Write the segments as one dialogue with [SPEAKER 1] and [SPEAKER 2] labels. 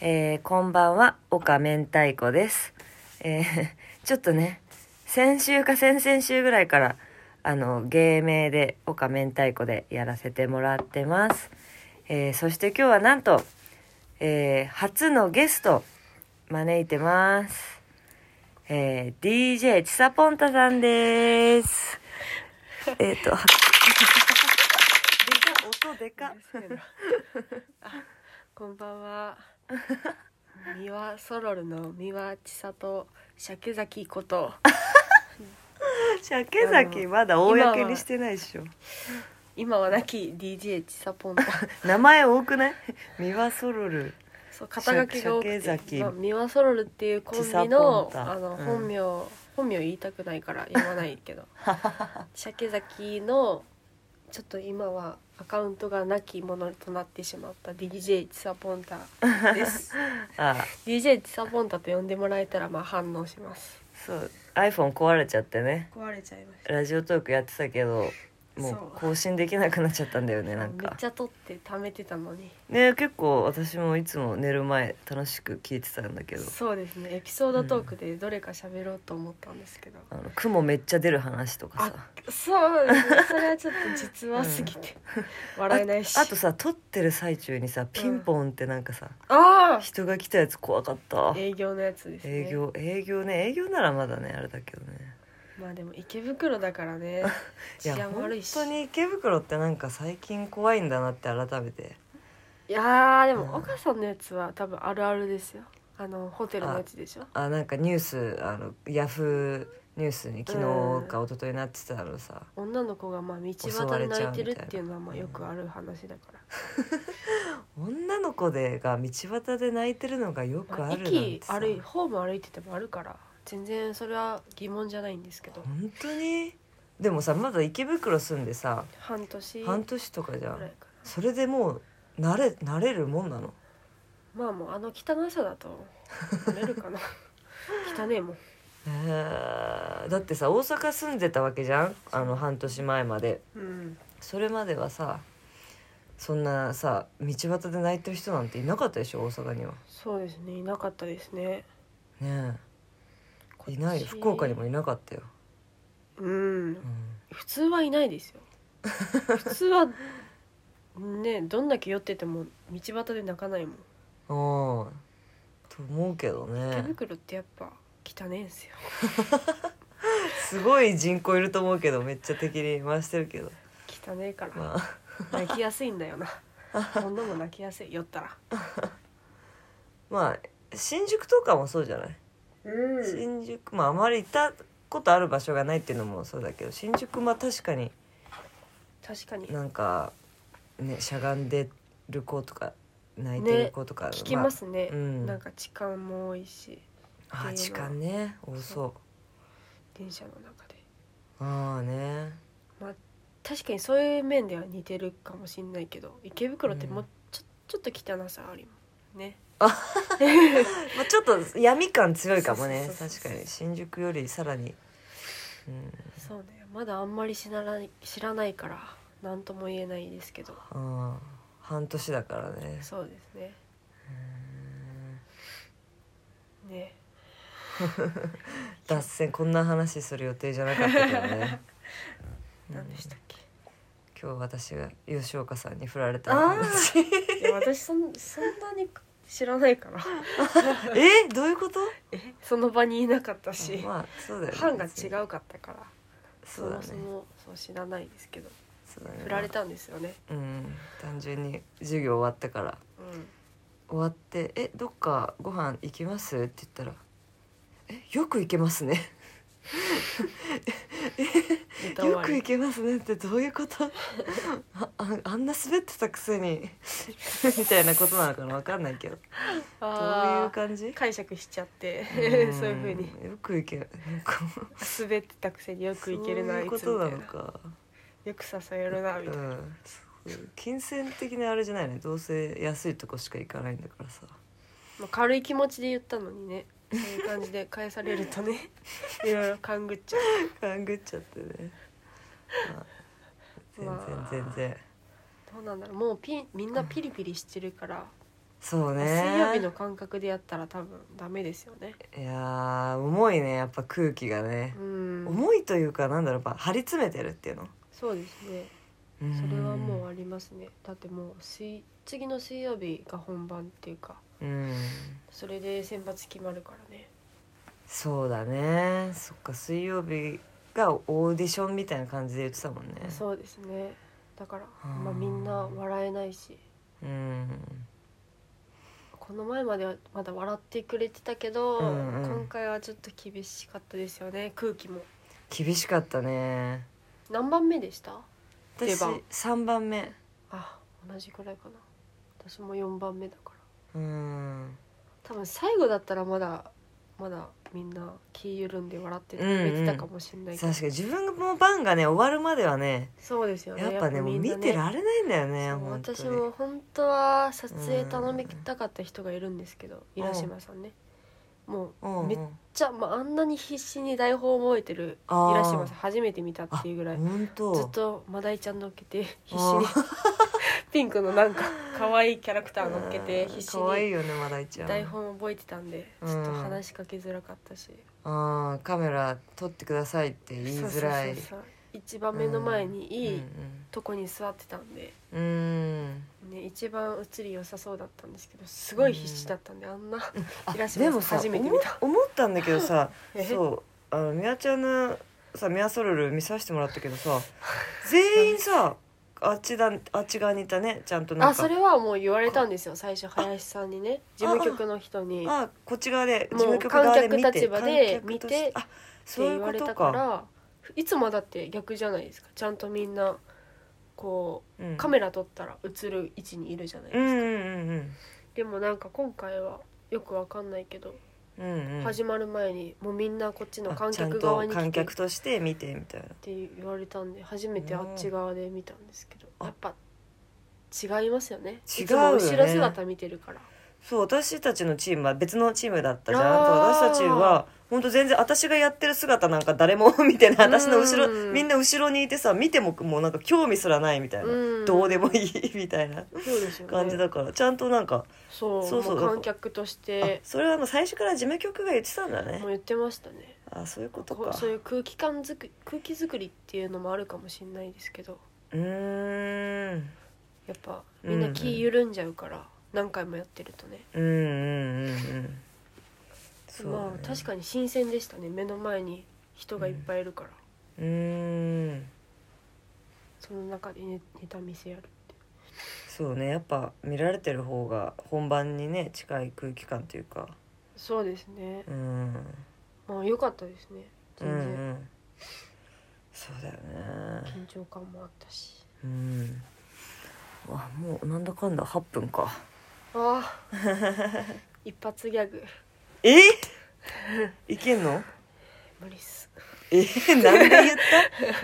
[SPEAKER 1] えーこんばんは、岡明太子です。えー ちょっとね、先週か先々週ぐらいから、あの、芸名で岡明太子でやらせてもらってます。えーそして今日はなんと、えー初のゲスト、招いてます。えー DJ ちさぽんたさんです。えっ、 と、はでか、音でか。
[SPEAKER 2] あこんばんは。ミワソロルのミワ千里鮭崎こと。
[SPEAKER 1] 鮭崎まだ公にしてないでしょ。
[SPEAKER 2] 今は亡き DJ ちさぽんと。
[SPEAKER 1] 名前多くない ミワソロル
[SPEAKER 2] そう肩書きが多
[SPEAKER 1] 鮭
[SPEAKER 2] く
[SPEAKER 1] 崎
[SPEAKER 2] て、まあ、ミワソロルっていうコンビ
[SPEAKER 1] ちさぽん
[SPEAKER 2] の
[SPEAKER 1] た
[SPEAKER 2] あの
[SPEAKER 1] うん
[SPEAKER 2] 本名、本名言いたくないから言わない けど。鮭崎のちょっと今はアカウントが亡きものとなってしまった DJ ちさぽんた です。
[SPEAKER 1] あ
[SPEAKER 2] DJ ちさぽんたと呼んでもらえたらまあ反応します。
[SPEAKER 1] そう iPhone 壊れちゃってね
[SPEAKER 2] 壊れちゃいました。
[SPEAKER 1] ラジオトークやってたけども
[SPEAKER 2] そう
[SPEAKER 1] う更新できなくなっちゃったんだよねなん
[SPEAKER 2] めっ
[SPEAKER 1] か
[SPEAKER 2] ちゃ撮って貯めてたのに
[SPEAKER 1] ね結構私もいつも寝る前楽しく聞いてたんだけど
[SPEAKER 2] そうですねエピソードトークでどれか喋ろうと思ったんですけど、
[SPEAKER 1] あの雲めっちゃ出る話とかさ
[SPEAKER 2] そうですねそれはちょっと実話すぎて、笑えないし
[SPEAKER 1] あとさ撮ってる最中にさピンポンってなんかさ、
[SPEAKER 2] あ
[SPEAKER 1] 人が来たやつ怖かった
[SPEAKER 2] あ営業のやつですね
[SPEAKER 1] 営業営業ね営業ならまだねあれだけどね
[SPEAKER 2] まあでも池袋だからね
[SPEAKER 1] い
[SPEAKER 2] 治
[SPEAKER 1] や
[SPEAKER 2] 安
[SPEAKER 1] 本
[SPEAKER 2] 悪いし
[SPEAKER 1] 当に池袋ってなんか最近怖いんだなって改めて
[SPEAKER 2] いやーで
[SPEAKER 1] うん
[SPEAKER 2] も岡さんのやつは多分あるあるですよあのホテルのやつでしょ
[SPEAKER 1] あなんかニュースあのヤフーニュースに昨
[SPEAKER 2] う
[SPEAKER 1] 日
[SPEAKER 2] ん
[SPEAKER 1] か一昨日なってたのさ、
[SPEAKER 2] 女の子がまあ道
[SPEAKER 1] 襲わ
[SPEAKER 2] 端
[SPEAKER 1] れ
[SPEAKER 2] で
[SPEAKER 1] ち
[SPEAKER 2] 泣
[SPEAKER 1] ゃ
[SPEAKER 2] いうてるっていうのはまあ
[SPEAKER 1] みたい
[SPEAKER 2] よ
[SPEAKER 1] な
[SPEAKER 2] くある話だから
[SPEAKER 1] 女の子でが道端で泣いてるのがよくあるなんて
[SPEAKER 2] 駅
[SPEAKER 1] さ
[SPEAKER 2] 歩いホーム歩いててもあるから全然それは疑問じゃないんですけど
[SPEAKER 1] 本当にでもさまだ池袋住んでさ
[SPEAKER 2] 半年
[SPEAKER 1] 半年とかじゃ
[SPEAKER 2] ぐらい
[SPEAKER 1] ん
[SPEAKER 2] か
[SPEAKER 1] それでもう慣れ慣れるもんなの
[SPEAKER 2] なまあもうあの汚さだと慣れ るかな汚ねえもん
[SPEAKER 1] へーだってさ大阪住んでたわけじゃんあの半年前まで
[SPEAKER 2] うん
[SPEAKER 1] それまではさそんなさ道端で泣いてる人なんていなかったでしょ大阪には
[SPEAKER 2] そうですねいなかったですね
[SPEAKER 1] ねえいないよ
[SPEAKER 2] こっち
[SPEAKER 1] 福岡にもいなかったよ、
[SPEAKER 2] うん
[SPEAKER 1] うん
[SPEAKER 2] 普通はいないです よ普通はねどんだけ酔ってても道端で泣かないもん
[SPEAKER 1] うんと思うけど
[SPEAKER 2] 池
[SPEAKER 1] ね
[SPEAKER 2] 袋ってやっぱ汚ねえんすよ
[SPEAKER 1] すごい人口いると思うけどめっちゃ敵に回してるけど
[SPEAKER 2] 汚ねえから、
[SPEAKER 1] まあ
[SPEAKER 2] 泣きやすいんだよ な女も泣きやすい酔ったら
[SPEAKER 1] まあ新宿とかもそうじゃない、
[SPEAKER 2] うん
[SPEAKER 1] 新宿まああまり行ったことある場所がないっていうのもそうだけど新宿まあ確かに
[SPEAKER 2] 確かに
[SPEAKER 1] なんかねしゃがんでる子とか泣いてる子とか、
[SPEAKER 2] 聞きますね、
[SPEAKER 1] うん
[SPEAKER 2] なんか痴漢も多いし
[SPEAKER 1] まあ、あ
[SPEAKER 2] ってい
[SPEAKER 1] 時
[SPEAKER 2] うのは
[SPEAKER 1] 間ね多そ
[SPEAKER 2] 電車の中で
[SPEAKER 1] うああね
[SPEAKER 2] 確かにそういう面では似てるかもしんないけど池袋っても
[SPEAKER 1] う
[SPEAKER 2] うんちょ,、ちょっと汚さありもんね
[SPEAKER 1] まあ、ちょっと闇感強いかもね
[SPEAKER 2] そうそうそう
[SPEAKER 1] 確
[SPEAKER 2] そう
[SPEAKER 1] かに新宿よりさらに、うん、
[SPEAKER 2] そうねまだあんまり知らない知らないから何とも言えないですけど
[SPEAKER 1] うん半年だからね
[SPEAKER 2] そうですねね
[SPEAKER 1] 脱線こんな話する予定じゃなかったけど ねうん
[SPEAKER 2] 何でしたっけ、
[SPEAKER 1] 今日私が吉岡さんに振られた話
[SPEAKER 2] いや私そんそんなに知らないから
[SPEAKER 1] えどういうこと
[SPEAKER 2] えその場にいなかったし、
[SPEAKER 1] まあそうだよね
[SPEAKER 2] 班が違うかったからそ
[SPEAKER 1] そうだ
[SPEAKER 2] も
[SPEAKER 1] ね
[SPEAKER 2] そもそう知らないですけど
[SPEAKER 1] そうだね
[SPEAKER 2] 振られたんですよね、
[SPEAKER 1] うん単純に授業終わったから
[SPEAKER 2] うん
[SPEAKER 1] 終わって「えどっかご飯行きます?」って言ったら「えよく行けますね」
[SPEAKER 2] ネタ終
[SPEAKER 1] よ
[SPEAKER 2] わ
[SPEAKER 1] く
[SPEAKER 2] り
[SPEAKER 1] 行けますねってどういうこと あああんな滑ってたくせに みたいなことなのかなわかんないけどどう
[SPEAKER 2] あー
[SPEAKER 1] いう感じ
[SPEAKER 2] 解釈しちゃって
[SPEAKER 1] ん
[SPEAKER 2] そういうふうに
[SPEAKER 1] よく行けなんか
[SPEAKER 2] 滑ってたくせによくいけるな
[SPEAKER 1] そう
[SPEAKER 2] あ
[SPEAKER 1] い
[SPEAKER 2] いうつみ
[SPEAKER 1] こ
[SPEAKER 2] た
[SPEAKER 1] と
[SPEAKER 2] いな
[SPEAKER 1] なのか
[SPEAKER 2] よく支えるなみ
[SPEAKER 1] う
[SPEAKER 2] たいな、
[SPEAKER 1] んそう金銭的なあれじゃないねどうせ安いとこしか行かないんだからさ
[SPEAKER 2] まあ、軽い気持ちで言ったのにねそういう感じで返される とねいろいろ勘ぐっちゃう
[SPEAKER 1] 勘ぐっちゃってね、まあ全然全然
[SPEAKER 2] どうなんだろうもうピンみんなピリピリしてるから
[SPEAKER 1] そうね
[SPEAKER 2] 水曜日の感覚でやったら多分ダメですよね
[SPEAKER 1] いやー重いねやっぱ空気がね
[SPEAKER 2] う、ん
[SPEAKER 1] 重いというかなんだろうやっぱ張り詰めてるっていうの
[SPEAKER 2] そうですね
[SPEAKER 1] うん
[SPEAKER 2] それはもうありますねだってもう水次の水曜日が本番っていうか
[SPEAKER 1] うん
[SPEAKER 2] それで選抜決まるからね
[SPEAKER 1] そうだねそっか水曜日がオーディションみたいな感じで言ってたもんね
[SPEAKER 2] そうですねだから
[SPEAKER 1] あー
[SPEAKER 2] まあみんな笑えないし
[SPEAKER 1] うん
[SPEAKER 2] この前まではまだ笑ってくれてたけど、
[SPEAKER 1] うんうん
[SPEAKER 2] 今回はちょっと厳しかったですよね空気も
[SPEAKER 1] 厳しかったね
[SPEAKER 2] 何番目でした出
[SPEAKER 1] 私
[SPEAKER 2] 番
[SPEAKER 1] 3番目
[SPEAKER 2] あ同じくらいかな私も4番目だから
[SPEAKER 1] うん
[SPEAKER 2] 多分最後だったらまだまだみんな気緩んで笑ってくれてたかもしれない
[SPEAKER 1] 確
[SPEAKER 2] けど、
[SPEAKER 1] かに自分の番がね終わるまではね
[SPEAKER 2] そうですよね
[SPEAKER 1] やっぱねもう見て
[SPEAKER 2] ら
[SPEAKER 1] られないんだよね
[SPEAKER 2] そう
[SPEAKER 1] 本当に
[SPEAKER 2] 私も本当は撮影頼みたかった人がいるんですけど
[SPEAKER 1] ん
[SPEAKER 2] 浦島さんねも
[SPEAKER 1] うんう
[SPEAKER 2] うんめっちゃ、まあ、あんなに必死に台本を覚えてる
[SPEAKER 1] あー
[SPEAKER 2] 浦島さん初めて見たっていうぐらい
[SPEAKER 1] 本当
[SPEAKER 2] ずっとマダイちゃん乗っけて必死にピンクのなんか可愛いキャラクター乗っけて
[SPEAKER 1] うん
[SPEAKER 2] 必死
[SPEAKER 1] 可愛い
[SPEAKER 2] に
[SPEAKER 1] よねマダイちゃん
[SPEAKER 2] 台本覚えてたんで
[SPEAKER 1] うん
[SPEAKER 2] ちょっと話しかけづらかったし
[SPEAKER 1] うんカメラ撮ってくださいって言いづらい
[SPEAKER 2] そうそうそうそう一番目の前にいい
[SPEAKER 1] うん
[SPEAKER 2] とこに座ってたんで。
[SPEAKER 1] うんうん
[SPEAKER 2] ね、一番映り良さそうだったんですけどすごい必死だったんで、あんな
[SPEAKER 1] あ
[SPEAKER 2] いらっしゃい
[SPEAKER 1] で
[SPEAKER 2] ます
[SPEAKER 1] もさ
[SPEAKER 2] 初めて見た
[SPEAKER 1] 思思ったんだけどさ
[SPEAKER 2] え
[SPEAKER 1] そうあのミヤちゃんのさミヤソルル見させてもらったけど さ全員さあっちだあっち側にいたねちゃんとなん
[SPEAKER 2] あ
[SPEAKER 1] か
[SPEAKER 2] それはもう言われたんですよ最初林さんにね事務局の人にっ
[SPEAKER 1] あこっち側で
[SPEAKER 2] もう観客立場
[SPEAKER 1] 観客
[SPEAKER 2] で
[SPEAKER 1] と
[SPEAKER 2] 見て
[SPEAKER 1] あ
[SPEAKER 2] て
[SPEAKER 1] そうい
[SPEAKER 2] 言
[SPEAKER 1] う
[SPEAKER 2] わ
[SPEAKER 1] こ
[SPEAKER 2] れ
[SPEAKER 1] と
[SPEAKER 2] た
[SPEAKER 1] か
[SPEAKER 2] からいつもはだって逆じゃないですかちゃんとみんなこうカメラ撮ったら映る位置にいるじゃないです
[SPEAKER 1] うん
[SPEAKER 2] か、
[SPEAKER 1] うんうん
[SPEAKER 2] でもなんか今回はよくわかんないけど、
[SPEAKER 1] うんうんうん
[SPEAKER 2] 始まる前にもうみんなこっちの
[SPEAKER 1] あ
[SPEAKER 2] 観
[SPEAKER 1] ちゃん
[SPEAKER 2] 客
[SPEAKER 1] と
[SPEAKER 2] 側に来
[SPEAKER 1] 観
[SPEAKER 2] てっ
[SPEAKER 1] 客として見てみたいな
[SPEAKER 2] て言われたんで初めてあっち側で見たんですけど、
[SPEAKER 1] うん
[SPEAKER 2] やっぱ違いますよね
[SPEAKER 1] 違うよね
[SPEAKER 2] いつも後ろ姿見てるから
[SPEAKER 1] そう私たちのチームは別のチームだったじゃん
[SPEAKER 2] あー
[SPEAKER 1] そう私たちは本当全然私がやってる姿なんか誰も見てない私の後
[SPEAKER 2] う
[SPEAKER 1] ろ
[SPEAKER 2] ん
[SPEAKER 1] みんな後ろにいてさ見てももうなんか興味すらないみたいな
[SPEAKER 2] うん
[SPEAKER 1] どうでもいいみたいな
[SPEAKER 2] そうですよね
[SPEAKER 1] 感じだからちゃんとなんか
[SPEAKER 2] そう
[SPEAKER 1] そうそう
[SPEAKER 2] も観客とし
[SPEAKER 1] あ
[SPEAKER 2] て
[SPEAKER 1] それはもう最初から事務局が言ってたんだね
[SPEAKER 2] もう言ってましたね
[SPEAKER 1] あそういうこと
[SPEAKER 2] こ
[SPEAKER 1] か
[SPEAKER 2] うそういう空気感づく空気作りっていうのもあるかもしれないですけど
[SPEAKER 1] うーん
[SPEAKER 2] やっぱみんな気緩んじゃうから、何回もやってるとね
[SPEAKER 1] うんうんうんうんそうだね
[SPEAKER 2] まあ確かに新鮮でしたね目の前に人がいっぱいいるから、
[SPEAKER 1] うーん
[SPEAKER 2] その中でネネタ見せやるって
[SPEAKER 1] そうねやっぱ見られてる方が本番にね近い空気感というか
[SPEAKER 2] そうですね
[SPEAKER 1] うん
[SPEAKER 2] まあ良かったですね
[SPEAKER 1] う
[SPEAKER 2] 全
[SPEAKER 1] んう
[SPEAKER 2] 然
[SPEAKER 1] んそうだよね
[SPEAKER 2] 緊張感もあったし
[SPEAKER 1] うんうわもうなんだかんだ8分か
[SPEAKER 2] ああ 一発ギャグ
[SPEAKER 1] え いけんの
[SPEAKER 2] 無理っす
[SPEAKER 1] え なんで言っ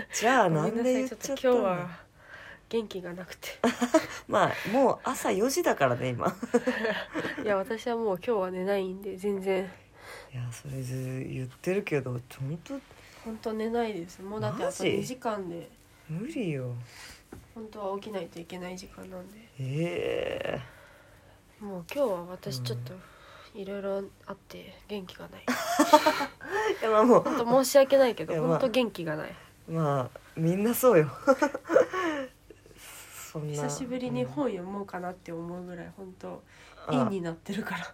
[SPEAKER 1] たじゃあ
[SPEAKER 2] ご
[SPEAKER 1] な
[SPEAKER 2] めん
[SPEAKER 1] ん
[SPEAKER 2] な
[SPEAKER 1] で
[SPEAKER 2] さ
[SPEAKER 1] 言
[SPEAKER 2] い
[SPEAKER 1] っ
[SPEAKER 2] ちょっ
[SPEAKER 1] ち
[SPEAKER 2] と
[SPEAKER 1] ゃった
[SPEAKER 2] 今日
[SPEAKER 1] の
[SPEAKER 2] は元気がなくて
[SPEAKER 1] まあもう朝4時だからね今
[SPEAKER 2] いや私はもう今日は寝ないんで全然
[SPEAKER 1] いやそれず言ってるけどちょんと
[SPEAKER 2] 本当寝ないですもうだってあ
[SPEAKER 1] マ
[SPEAKER 2] と
[SPEAKER 1] ジ
[SPEAKER 2] 2時間で
[SPEAKER 1] 無理よ
[SPEAKER 2] 本当は起きないといけない時間なんで
[SPEAKER 1] え
[SPEAKER 2] もう今日は私ちょっといろいろあって元気がない
[SPEAKER 1] えいやまあもう
[SPEAKER 2] 本当申し訳ない け
[SPEAKER 1] い
[SPEAKER 2] ど
[SPEAKER 1] やまあ
[SPEAKER 2] 本当元気がない
[SPEAKER 1] まあみんなそうよ そんな
[SPEAKER 2] 久しぶりに本読もうかなって思うぐらい本当
[SPEAKER 1] うん
[SPEAKER 2] イ
[SPEAKER 1] あ
[SPEAKER 2] ンになってるから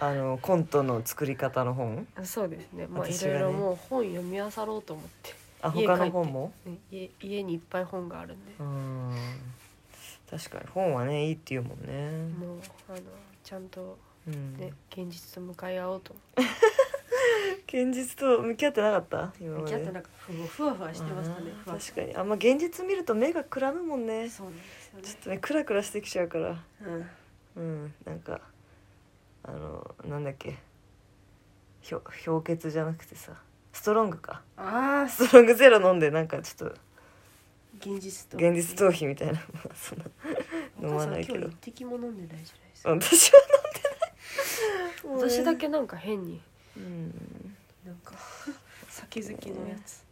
[SPEAKER 1] あのコントの作り方の本
[SPEAKER 2] あそうですねまあい
[SPEAKER 1] 私が
[SPEAKER 2] ろ
[SPEAKER 1] ね
[SPEAKER 2] いろもう本読み漁ろうと思って
[SPEAKER 1] あ他
[SPEAKER 2] 家帰っ
[SPEAKER 1] の
[SPEAKER 2] て
[SPEAKER 1] 本も
[SPEAKER 2] ね家家にいっぱい本があるんで
[SPEAKER 1] うん確かに本はねいいって言うもんね、
[SPEAKER 2] もうあのちゃんと
[SPEAKER 1] うん
[SPEAKER 2] ね現実と向かい合おうと思って
[SPEAKER 1] 現実と向き合ってなかった今
[SPEAKER 2] 向
[SPEAKER 1] ま
[SPEAKER 2] き
[SPEAKER 1] で
[SPEAKER 2] 合ってなんかふふわふわしてましたねふ
[SPEAKER 1] あー
[SPEAKER 2] わふわ
[SPEAKER 1] 確かにあんま現実見ると目がくらむもんねちょ
[SPEAKER 2] そうなんですよね
[SPEAKER 1] っとねクラクラしてきちゃうからう
[SPEAKER 2] うん
[SPEAKER 1] んなんかあのなんだっけひょ氷結じゃなくてさストロングか
[SPEAKER 2] ああ
[SPEAKER 1] ストロングゼロ飲んでなんかちょっと
[SPEAKER 2] 現実と
[SPEAKER 1] 現実逃避みたいな まあそんな飲まないけ
[SPEAKER 2] お母さん今
[SPEAKER 1] ど
[SPEAKER 2] 日一滴も飲んでないじゃないですか
[SPEAKER 1] 私は飲 んでない
[SPEAKER 2] 私だけなんか変に
[SPEAKER 1] うん
[SPEAKER 2] なん か酒好きのやつ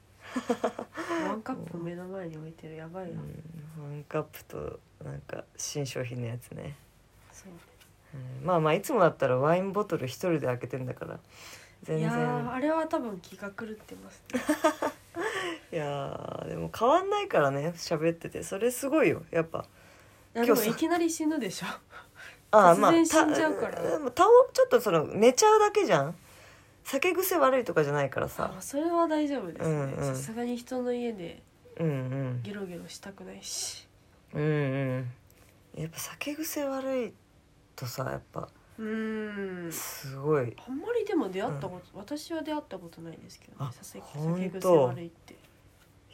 [SPEAKER 2] ワンカップ目の前に置いてるやばいな
[SPEAKER 1] うんワンカップとなんか新商品のやつね
[SPEAKER 2] そう
[SPEAKER 1] ううんまあまあいつもだったらワインボトル一人で開けてんだから全
[SPEAKER 2] い
[SPEAKER 1] 然
[SPEAKER 2] やーあれは多分気が狂ってます、ね、
[SPEAKER 1] いやーでも変わんないからね喋っててそれすごいよやっぱ
[SPEAKER 2] いやで
[SPEAKER 1] 今
[SPEAKER 2] も
[SPEAKER 1] 日さ
[SPEAKER 2] いきなり死ぬでしょ
[SPEAKER 1] ー
[SPEAKER 2] 突然死んじゃうから
[SPEAKER 1] たでも倒ちょっとその寝ちゃうだけじゃん酒癖悪いとかじゃないからさ
[SPEAKER 2] あそれは大丈夫です
[SPEAKER 1] うん
[SPEAKER 2] ね
[SPEAKER 1] うん
[SPEAKER 2] さすがに人の家で
[SPEAKER 1] うんうん
[SPEAKER 2] ゲロゲロしたくないし
[SPEAKER 1] うんうんやっぱ酒癖悪いとさやっぱ
[SPEAKER 2] うーん
[SPEAKER 1] すごい
[SPEAKER 2] あんまりでも出会ったこと、私は出会ったことないですけど、
[SPEAKER 1] あ
[SPEAKER 2] ね、させ
[SPEAKER 1] ほんと
[SPEAKER 2] 酒癖悪いって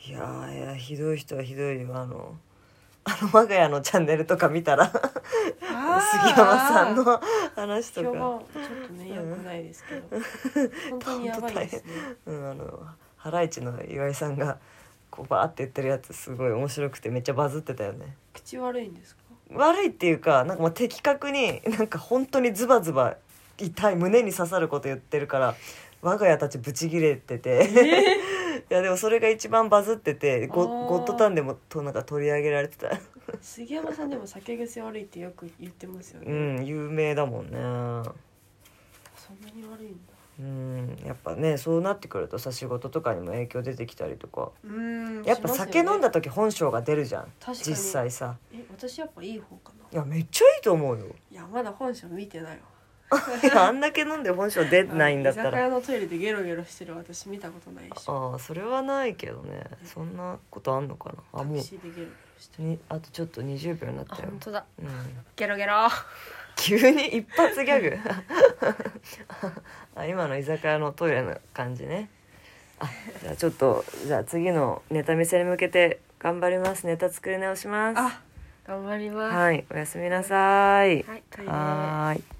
[SPEAKER 1] いやーいやひどい人はひどいよあの あの我が家のチャンネルとか見たら
[SPEAKER 2] 杉
[SPEAKER 1] 杉山さんの話と
[SPEAKER 2] 評判
[SPEAKER 1] か、
[SPEAKER 2] ちょっとね
[SPEAKER 1] う
[SPEAKER 2] 良
[SPEAKER 1] ん
[SPEAKER 2] くないですけど 本当にやばいですね
[SPEAKER 1] うん、あのハライチの岩井さんがこうバーって言ってるやつすごい面白くてめっちゃバズってたよね
[SPEAKER 2] 口悪いんですか
[SPEAKER 1] 悪いっていうかなんかもう的確になんか本当にズバズバ痛い胸に刺さること言ってるから我が家たちブチギレてて、 いやでもそれが一番バズっててゴ
[SPEAKER 2] あー
[SPEAKER 1] ゴッドタンでもとなんか取り上げられてた
[SPEAKER 2] 杉山さんでも酒癖悪いってよく言ってますよね、
[SPEAKER 1] うん有名だもんね
[SPEAKER 2] そんなに悪いんだ
[SPEAKER 1] うんやっぱねそうなってくるとさ仕事とかにも影響出てきたりとか
[SPEAKER 2] うーん
[SPEAKER 1] やっぱ
[SPEAKER 2] しますよ
[SPEAKER 1] 酒飲んだ
[SPEAKER 2] ね、
[SPEAKER 1] 時本性が出るじゃん
[SPEAKER 2] 確かに
[SPEAKER 1] 実際さ
[SPEAKER 2] え私やっぱいい方かない
[SPEAKER 1] やめっちゃいいと思う よ
[SPEAKER 2] いやまだ本性見てないわ
[SPEAKER 1] いやあんだけ飲んで本性出ないんだった
[SPEAKER 2] 居酒
[SPEAKER 1] ら
[SPEAKER 2] 屋のトイレでゲロゲロしてる私見たことないしタ
[SPEAKER 1] ああそれはないけどねそんなことあんのかなあ
[SPEAKER 2] ク
[SPEAKER 1] も
[SPEAKER 2] シーでゲロゲロして
[SPEAKER 1] う
[SPEAKER 2] る
[SPEAKER 1] にあとちょっと20秒になっ
[SPEAKER 2] あ
[SPEAKER 1] たよ
[SPEAKER 2] 本、当だ
[SPEAKER 1] うん、
[SPEAKER 2] ゲロゲロ
[SPEAKER 1] 急に一発ギャグ あ今の居酒屋のトイレの感じねあじゃあちょっとじゃあ次のネタ見せに向けて頑張りますネタ作り直します
[SPEAKER 2] あ頑張ります
[SPEAKER 1] はいおやすみなさい
[SPEAKER 2] はい、トイレ
[SPEAKER 1] はーい